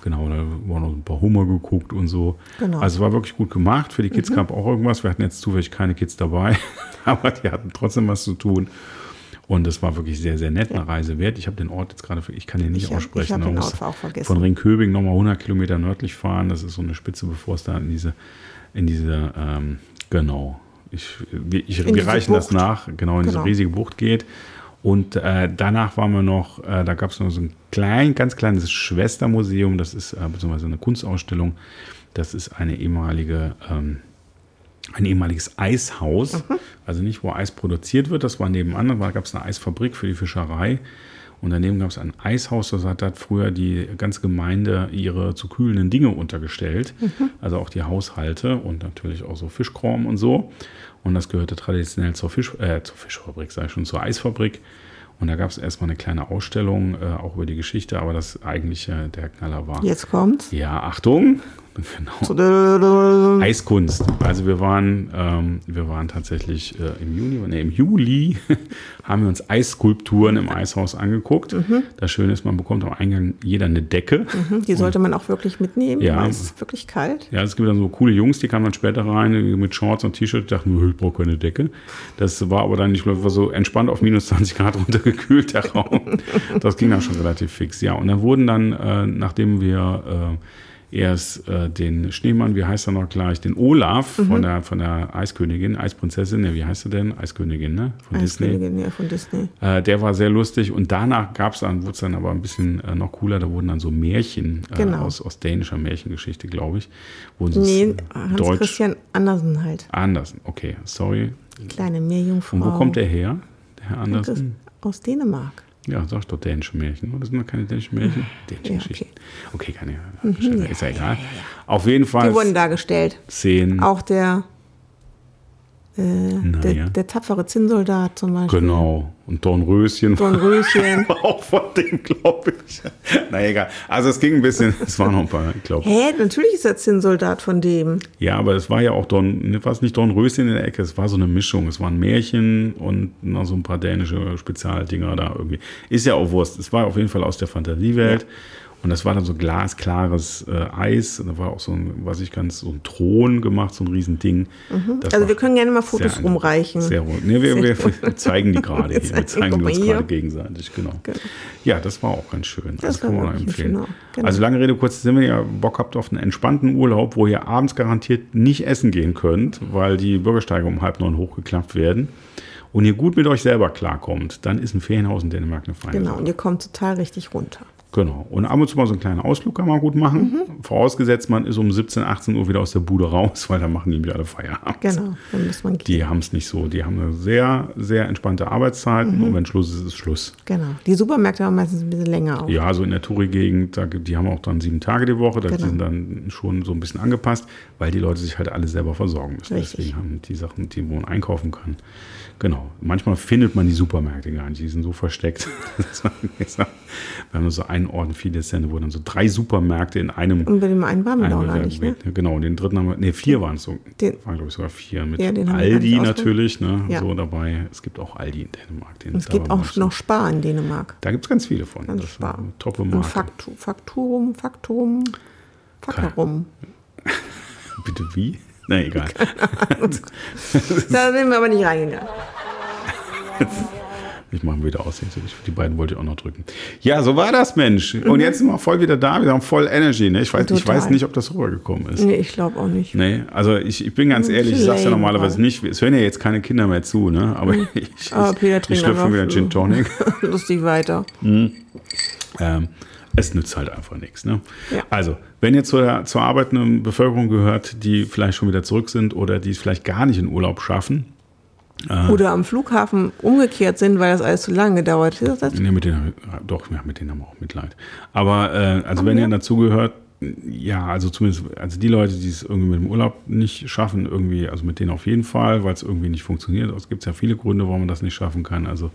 Genau, da waren noch ein paar Hummer geguckt und so.
Mhm. Genau. Mhm.
Also war wirklich gut gemacht. Für die Kids gab auch irgendwas. Wir hatten jetzt zufällig keine Kids dabei, aber die hatten trotzdem was zu tun. Und das war wirklich sehr, sehr nett, eine Reise wert. Ich habe den Ort jetzt gerade, ver- ich kann den nicht
Ich hab- ich
aussprechen.
hab
Man
den
muss
Ort auch vergessen.
Von Ringköbing nochmal 100 Kilometer nördlich fahren. Das ist so eine Spitze, bevor es da in diese, in diese, ähm, genau. Ich, wir ich, wir
diese
reichen das
Bucht.
nach, genau, in diese
Genau.
riesige Bucht geht. Und äh, danach waren wir noch, äh, da gab es noch so ein klein, ganz kleines Schwestermuseum, das ist äh, beziehungsweise eine Kunstausstellung. Das ist eine ehemalige ähm, ein ehemaliges Eishaus, also nicht, wo Eis produziert wird, das war nebenan, da gab es eine Eisfabrik für die Fischerei Und daneben gab es ein Eishaus, das hat, da hat früher die ganze Gemeinde ihre zu kühlenden Dinge untergestellt. Also auch die Haushalte und natürlich auch so Fischkram und so. Und das gehörte traditionell zur, Fisch, äh, zur Fischfabrik, sag ich schon, zur Eisfabrik. Und da gab es erstmal eine kleine Ausstellung, äh, auch über die Geschichte, aber das eigentlich äh, der Knaller war.
Jetzt kommt's.
Ja, Achtung! Genau. Eiskunst. Also wir waren, ähm, wir waren tatsächlich äh, im Juni, nee, im Juli haben wir uns Eisskulpturen im Eishaus angeguckt. Das Schöne ist, man bekommt am Eingang jeder eine Decke.
Mhm, Die sollte man auch wirklich mitnehmen.
Ja.
weil Es ist wirklich kalt.
Ja, es gibt dann so coole Jungs, die kamen dann später rein mit Shorts und T-Shirt, dachten, "Nö, ich brauche keine Decke. Das war aber dann, ich glaube, war so entspannt auf minus 20 Grad runtergekühlt, der Raum. Das ging dann schon relativ fix, ja. Und dann wurden dann, äh, nachdem wir äh, erst äh, den Schneemann, wie heißt er noch gleich, den Olaf von, der, von der Eiskönigin, Eisprinzessin, ne, wie heißt er denn? Eiskönigin, ne? Von Disney.
Eiskönigin, ja, von Disney.
Äh, der war sehr lustig und danach gab es dann, wurde es dann aber ein bisschen äh, noch cooler, da wurden dann so Märchen äh,
Genau.
aus, aus dänischer Märchengeschichte, glaube ich. Wurden so
Nee,
s-
Hans
Deutsch
Christian Andersen halt.
Andersen, okay, sorry.
Kleine Meerjungfrau.
Und wo kommt der her, der Herr
Das ist
Andersen?
Aus Dänemark.
Ja, sag ich doch dänische Märchen, oder? Das sind doch keine dänischen Märchen. Dänische
Ja, okay. Mhm,
Geschichten. Okay, keine ist ja egal. Auf jeden
Die wurden
Fall
dargestellt.
Szenen.
Auch der, äh,
ja.
der, der tapfere Zinnsoldat zum Beispiel.
Genau. Und Dornröschen.
Von Röschen.
auch von dem, glaube ich. Na egal. Also es ging ein bisschen, es waren noch ein paar, ich glaube.
Hä, natürlich ist der Zinnsoldat von dem.
Ja, aber es war ja auch Don, ne, war es nicht Dornröschen in der Ecke, es war so eine Mischung. Es waren Märchen und noch so ein paar dänische Spezialdinger da irgendwie. Ist ja auch Wurst. Es war auf jeden Fall aus der Fantasiewelt. Und das war dann so glasklares äh, Eis. Und da war auch so ein, was ich ganz, so ein Thron gemacht, so ein Riesending. Das
Also
war
wir können gerne mal Fotos
sehr ange-
rumreichen.
Sehr wohl. Nee, wir, wir, wir zeigen die gerade hier. Wir
Zeigen,
zeigen
guck
die
mal
uns
hier.
gerade gegenseitig, genau. Ja, das war auch ganz schön. Das,
war
kann man auch
wirklich
empfehlen.
schön, genau.
Also lange Rede, kurz Sinn, wenn ihr Bock habt auf einen entspannten Urlaub, wo ihr abends garantiert nicht essen gehen könnt, weil die Bürgersteige um halb neun hochgeklappt werden und ihr gut mit euch selber klarkommt, dann ist ein Ferienhaus in Dänemark eine feine
Genau,
Sache.
und ihr kommt total richtig runter.
Genau. Und ab und zu mal so einen kleinen Ausflug kann man gut machen.
Mhm.
Vorausgesetzt, man ist um 17, 18 Uhr wieder aus der Bude raus, weil dann machen die nämlich alle Feierabend.
Genau, dann muss man gehen.
Die haben es nicht so. Die haben eine sehr, sehr entspannte Arbeitszeiten
Mhm.
und wenn Schluss ist, ist Schluss.
Genau. Die Supermärkte haben meistens ein bisschen länger auf.
Ja, so in der Touri-Gegend, da gibt- die haben auch dann sieben Tage die Woche, da
Genau.
sind dann schon so ein bisschen angepasst, weil die Leute sich halt alle selber versorgen müssen.
Richtig.
Deswegen haben die Sachen, die man einkaufen kann. Genau. Manchmal findet man die Supermärkte gar nicht, die sind so versteckt. dass man gesagt- Wir haben so einen Orden, viele Cent, wo dann so drei Supermärkte in einem.
Und bei dem einen waren wir Hm, noch gar
einem-
nicht, ne?
Genau, den dritten haben wir, nee, vier waren es so.
Den-
waren, glaube ich, sogar vier. Mit
Ja, den haben wir gar
Aldi
nicht ausprobiert.
natürlich, ne?
Ja.
So dabei. Es gibt auch Aldi in Dänemark. Den
Und es
da
gibt
waren wir
auch noch Spar in Dänemark.
Da gibt es ganz viele von.
Ganz
Das ist
Spar.
eine Toppe
Und
Marke.
Faktu Fakturum, Faktum, Faktorum.
Bitte wie? Na egal.
Da sind wir aber nicht reingegangen.
Ich mache wieder aussehen. Die beiden wollte ich auch noch drücken. Ja, so war das, Mensch. Und jetzt sind wir voll wieder da. Wir haben voll Energy. Ne? Ich, weiß, ich
Total.
weiß nicht, ob das rübergekommen ist.
Nee, ich glaube auch nicht.
Nee, also ich, ich bin ganz
Ein
ehrlich, ich
bisschen
sag's ja
lame
normalerweise
gerade.
nicht. Es hören ja jetzt keine Kinder mehr zu, ne? Aber ich, ich,
Mhm. Aber Peter
ich
trinkt
schlüpfe
einfach
wieder einen Gin Tonic.
Lustig weiter.
Ähm, es nützt halt einfach nichts. Ne?
Ja.
Also, wenn ihr zur, zur arbeitenden Bevölkerung gehört, die vielleicht schon wieder zurück sind oder die es vielleicht gar nicht in Urlaub schaffen,
Oder am Flughafen umgekehrt sind, weil das alles zu lange gedauert hat. Das
Ne, mit denen, doch, ja, mit denen haben wir auch Mitleid. Aber äh, also wenn ihr dazugehört, ja, also zumindest, also die Leute, die es irgendwie mit dem Urlaub nicht schaffen, irgendwie, also mit denen auf jeden Fall, weil es irgendwie nicht funktioniert. Es gibt ja viele Gründe, warum man das nicht schaffen kann. Also,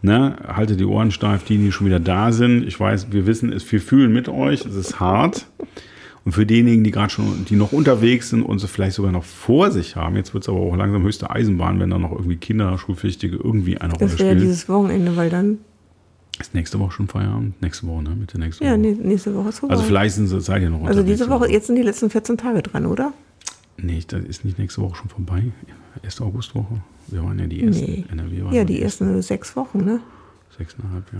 ne, haltet die Ohren steif, die, die schon wieder da sind. Ich weiß, wir wissen es, wir fühlen mit euch, es ist hart. Und für diejenigen, die gerade schon, die noch unterwegs sind und sie vielleicht sogar noch vor sich haben, jetzt wird es aber auch langsam höchste Eisenbahn, wenn da noch irgendwie Kinder, Schulpflichtige irgendwie eine Rolle
das wäre
spielen.
ja dieses Wochenende, weil dann,
Ist nächste Woche schon Feierabend? Nächste Woche, ne? Mitte nächste Woche.
ja, nee, nächste Woche ist vorbei.
also vielleicht sind sie, seid ihr noch
Also
unterwegs
diese Woche,
oder so.
jetzt sind die letzten 14 Tage dran, oder?
Nee, ich- das ist nicht nächste Woche schon vorbei. Erste Augustwoche. Wir waren ja die ersten.
Nee.
NRW waren
Ja,
wir
die ersten sechs Wochen, ne?
Sechseinhalb, ja.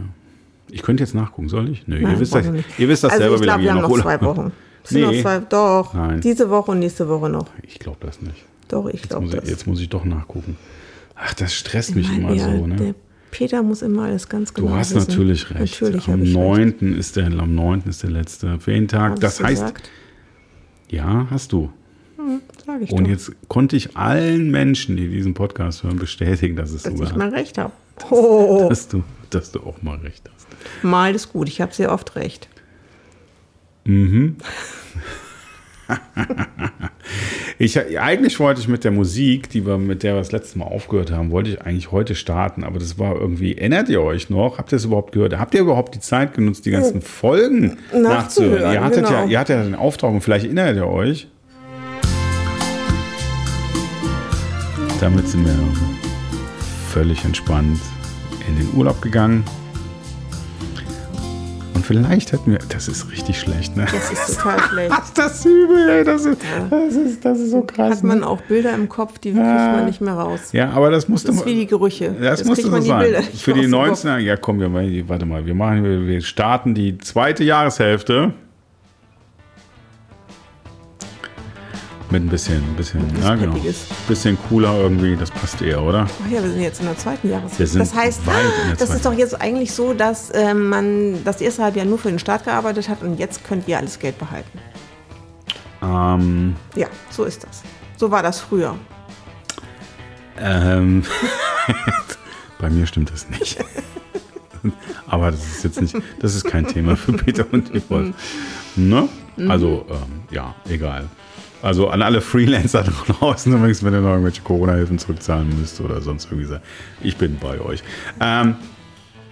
Ich könnte jetzt nachgucken, soll ich? Nö, ihr,
Nein,
wisst das,
brauchen wir nicht.
ihr wisst das
also
selber,
ich glaube, wir haben noch
Urlaub
zwei
habt.
Wochen. Es sind
Nee.
noch zwei, doch.
Nein.
Diese Woche und nächste Woche noch.
Ich glaube das nicht.
Doch, ich
Jetzt
glaube
muss ich,
das.
jetzt muss ich doch nachgucken. Ach, das stresst mich immer
ja,
so,
Der
ne?
Peter muss immer alles ganz
Du
genau
hast
wissen.
natürlich recht.
Natürlich
am
habe ich recht.
9. ist der am 9. ist der letzte Ferientag.
Hab
Das
ich's
heißt,
gesagt?
ja, hast du.
Sag ich
Und
doch,
jetzt konnte ich allen Menschen, die diesen Podcast hören, bestätigen, dass es so
dass
war.
ich mal recht habe. Oh,
Dass du, dass du auch mal recht hast.
Mal ist gut, ich habe sehr oft recht.
Ich, eigentlich wollte ich mit der Musik, die wir, mit der wir das letzte Mal aufgehört haben, wollte ich eigentlich heute starten, aber das war irgendwie, erinnert ihr euch noch? Habt ihr das überhaupt gehört? Habt ihr überhaupt die Zeit genutzt, die ganzen Folgen
Hm. Nachzuhören,
nachzuhören? Ihr hattet, ja,
genau.
ihr hattet ja den Auftrag und vielleicht erinnert ihr euch. Damit sind wir völlig entspannt in den Urlaub gegangen. Und vielleicht hätten wir, das ist richtig schlecht, ne?
Das ist total schlecht.
Ach, das ist übel, ey. Das ist, das ist, das ist so krass.
Hat man auch Bilder im Kopf, die kriegt man nicht mehr raus.
ne? ja, aber das musste
Das ist wie die Gerüche.
das
Jetzt
musste so
kriegt man die
sein.
Bilder nicht
Für
mehr
die
aus dem Kopf.
19er, ja komm, wir, machen- warte mal, wir, machen, wir, wir starten die zweite Jahreshälfte. Mit ein bisschen, ein bisschen, ja genau.
Peppiges.
Bisschen cooler irgendwie, das passt eher, oder?
Ach ja, wir sind jetzt in der zweiten
Wir
Jahreszeit.
sind
Das heißt,
weit in der
das ist
zweiten.
doch jetzt eigentlich so, dass ähm, man das erste Halbjahr nur für den Staat gearbeitet hat und jetzt könnt ihr alles Geld behalten.
Ähm,
Ja, so ist das. So war das früher.
ähm, bei mir stimmt das nicht. Aber das ist jetzt nicht, das ist kein Thema für Peter und die Wolf. Ne? Also, ähm, ja, egal. Also an alle Freelancer da draußen, übrigens, wenn ihr noch irgendwelche Corona-Hilfen zurückzahlen müsst oder sonst irgendwie sein. Ich bin bei euch. Ähm,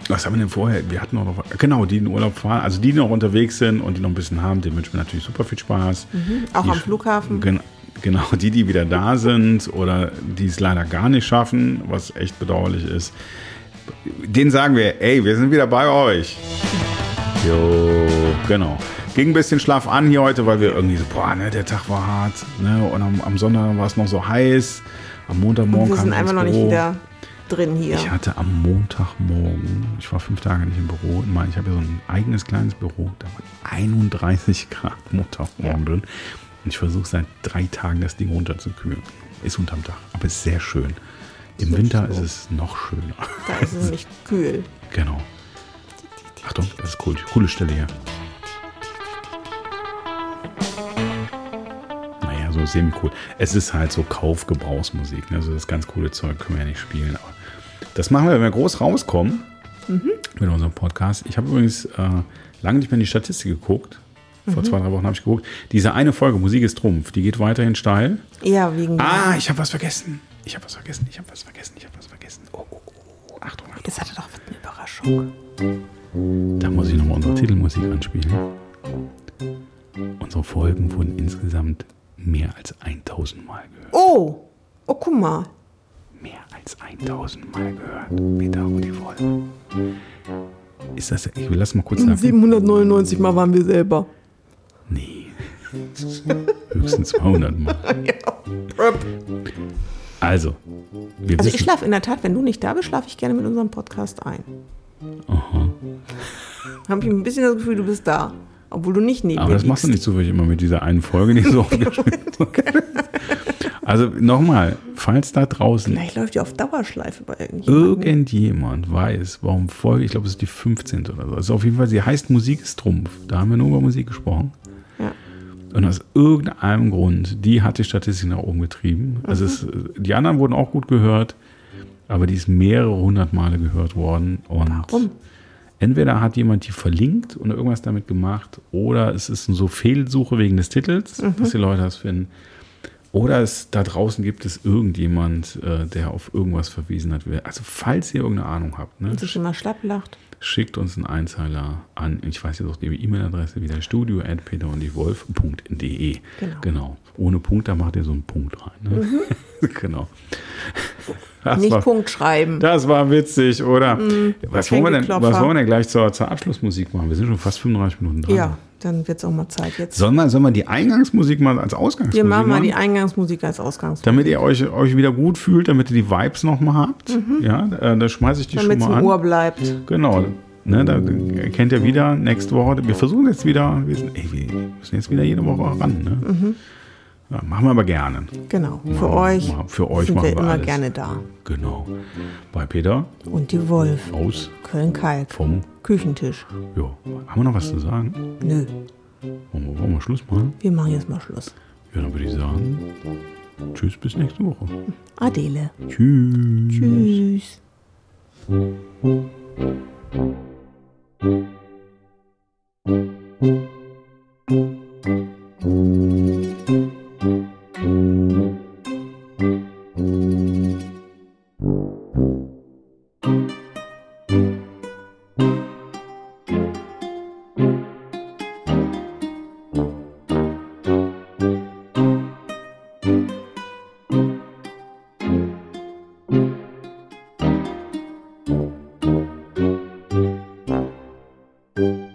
was haben wir denn vorher? Wir hatten auch noch, genau, die in den Urlaub fahren, also die die noch unterwegs sind und die noch ein bisschen haben, denen wünschen wir natürlich super viel Spaß.
Auch
die,
am Flughafen.
Gen genau, die, die wieder da sind oder die es leider gar nicht schaffen, was echt bedauerlich ist. Den sagen wir, ey, wir sind wieder bei euch. Jo, genau. Ging ein bisschen Schlaf an hier heute, weil wir irgendwie so, boah, ne, der Tag war hart. Ne? Und am, am Sonntag war es noch so heiß. Am Montagmorgen
Wir
kam
sind
ich ins
einfach noch nicht
Büro.
wieder drin hier.
Ich hatte am Montagmorgen, ich war fünf Tage nicht im Büro, und mein, ich habe ja so ein eigenes kleines Büro, da waren 31 Grad Montagmorgen drin. Und ich versuche seit drei Tagen das Ding runterzukühlen. Ist unterm Dach, aber ist sehr schön. Im Winter ist es noch schöner.
Da ist es nämlich kühl.
genau. Achtung, das ist cool. Coole Stelle hier. Naja, so semi-cool. Es ist halt so Kaufgebrauchsmusik. Ne? Also das ganz coole Zeug können wir ja nicht spielen. Aber das machen wir, wenn wir groß rauskommen mit unserem Podcast. Ich habe übrigens äh, lange nicht mehr in die Statistik geguckt. Vor zwei, drei Wochen habe ich geguckt. Diese eine Folge, Musik ist Trumpf, die geht weiterhin steil.
Ja, wegen
Ah, ich habe was vergessen. Ich habe was vergessen. Ich habe was vergessen. Ich habe was vergessen. Oh, oh, oh. Achtung, Achtung.
Das hatte doch eine Überraschung.
Da muss ich nochmal unsere Titelmusik anspielen. Unsere Folgen wurden insgesamt mehr als 1000 Mal gehört.
Oh, oh, guck mal.
Mehr als 1000 Mal gehört. Peter Rudi Wolf. Ist das. Ich will das mal kurz sagen.
799 Mal waren wir selber.
Nee. Höchstens 200 Mal. Also, wir
Also ich
wissen.
schlafe in der Tat, wenn du nicht da bist, schlafe ich gerne mit unserem Podcast ein. Aha. Habe ich ein bisschen das Gefühl, du bist da. Obwohl du nicht neben
aber
mir
das machst du
liegst.
nicht zufällig immer mit dieser einen Folge, die so aufgeschrieben wird. Also nochmal, falls da draußen
Vielleicht läuft ja auf Dauerschleife bei irgendjemandem.
irgendjemand weiß, warum Folge, ich glaube, es ist die 15. oder so. Also auf jeden Fall, sie heißt Musik ist Trumpf. Da haben wir nur über Musik gesprochen. Äh.
Ja.
Und aus irgendeinem Grund, die hat die Statistik nach oben getrieben. Also es, die anderen wurden auch gut gehört, aber die ist mehrere hundert Male gehört worden. Und
Warum?
Entweder hat jemand die verlinkt und irgendwas damit gemacht, oder es ist so Fehlsuche wegen des Titels, dass die Leute das finden. Oder es da draußen gibt es irgendjemand, äh, der auf irgendwas verwiesen hat. Also falls ihr irgendeine Ahnung habt, ne,
Und sich immer schlapp lacht.
schickt uns einen Einzeiler an, ich weiß jetzt auch die E-Mail-Adresse wieder, studio at peterundiewolf.de.
Genau.
Ohne Punkt, da macht ihr so einen Punkt rein. Ne? genau. Das
Mhm. Nicht
war,
Punkt schreiben.
Das war witzig, oder? was, wollen wir denn,
Schenkelklopfer.
was wollen wir denn gleich zur, zur Abschlussmusik machen? Wir sind schon fast 35 Minuten dran.
ja, dann wird es auch mal Zeit jetzt.
Sollen, wir, sollen wir die Eingangsmusik mal als Ausgangsmusik
Wir machen mal
machen?
die Eingangsmusik als Ausgangsmusik.
damit ihr euch, euch wieder gut fühlt, damit ihr die Vibes nochmal habt. Ja, äh, da schmeiße ich die
Mhm. Damit es
schon mal
im
an.
Ohr bleibt.
Genau. Ne, da kennt ihr wieder nächste Woche. Wir versuchen jetzt wieder. Wir, sind, ey, wir müssen jetzt wieder jede Woche ran. Ne? Ja, machen wir aber gerne.
Genau. Für
Ja,
euch,
ma- für euch
sind
machen
wir
wir
immer
alles.
gerne da.
Genau. Bei Peter
Und die Wolf.
aus
Köln-Kalk.
vom.
Küchentisch.
Jo. Haben wir noch was zu sagen?
Nö,
Wollen wir, wollen wir Schluss machen?
wir machen jetzt mal Schluss.
Ja, dann würde ich sagen: Tschüss, bis nächste Woche.
Adele.
Tschüss.
Tschüss.
Thank you.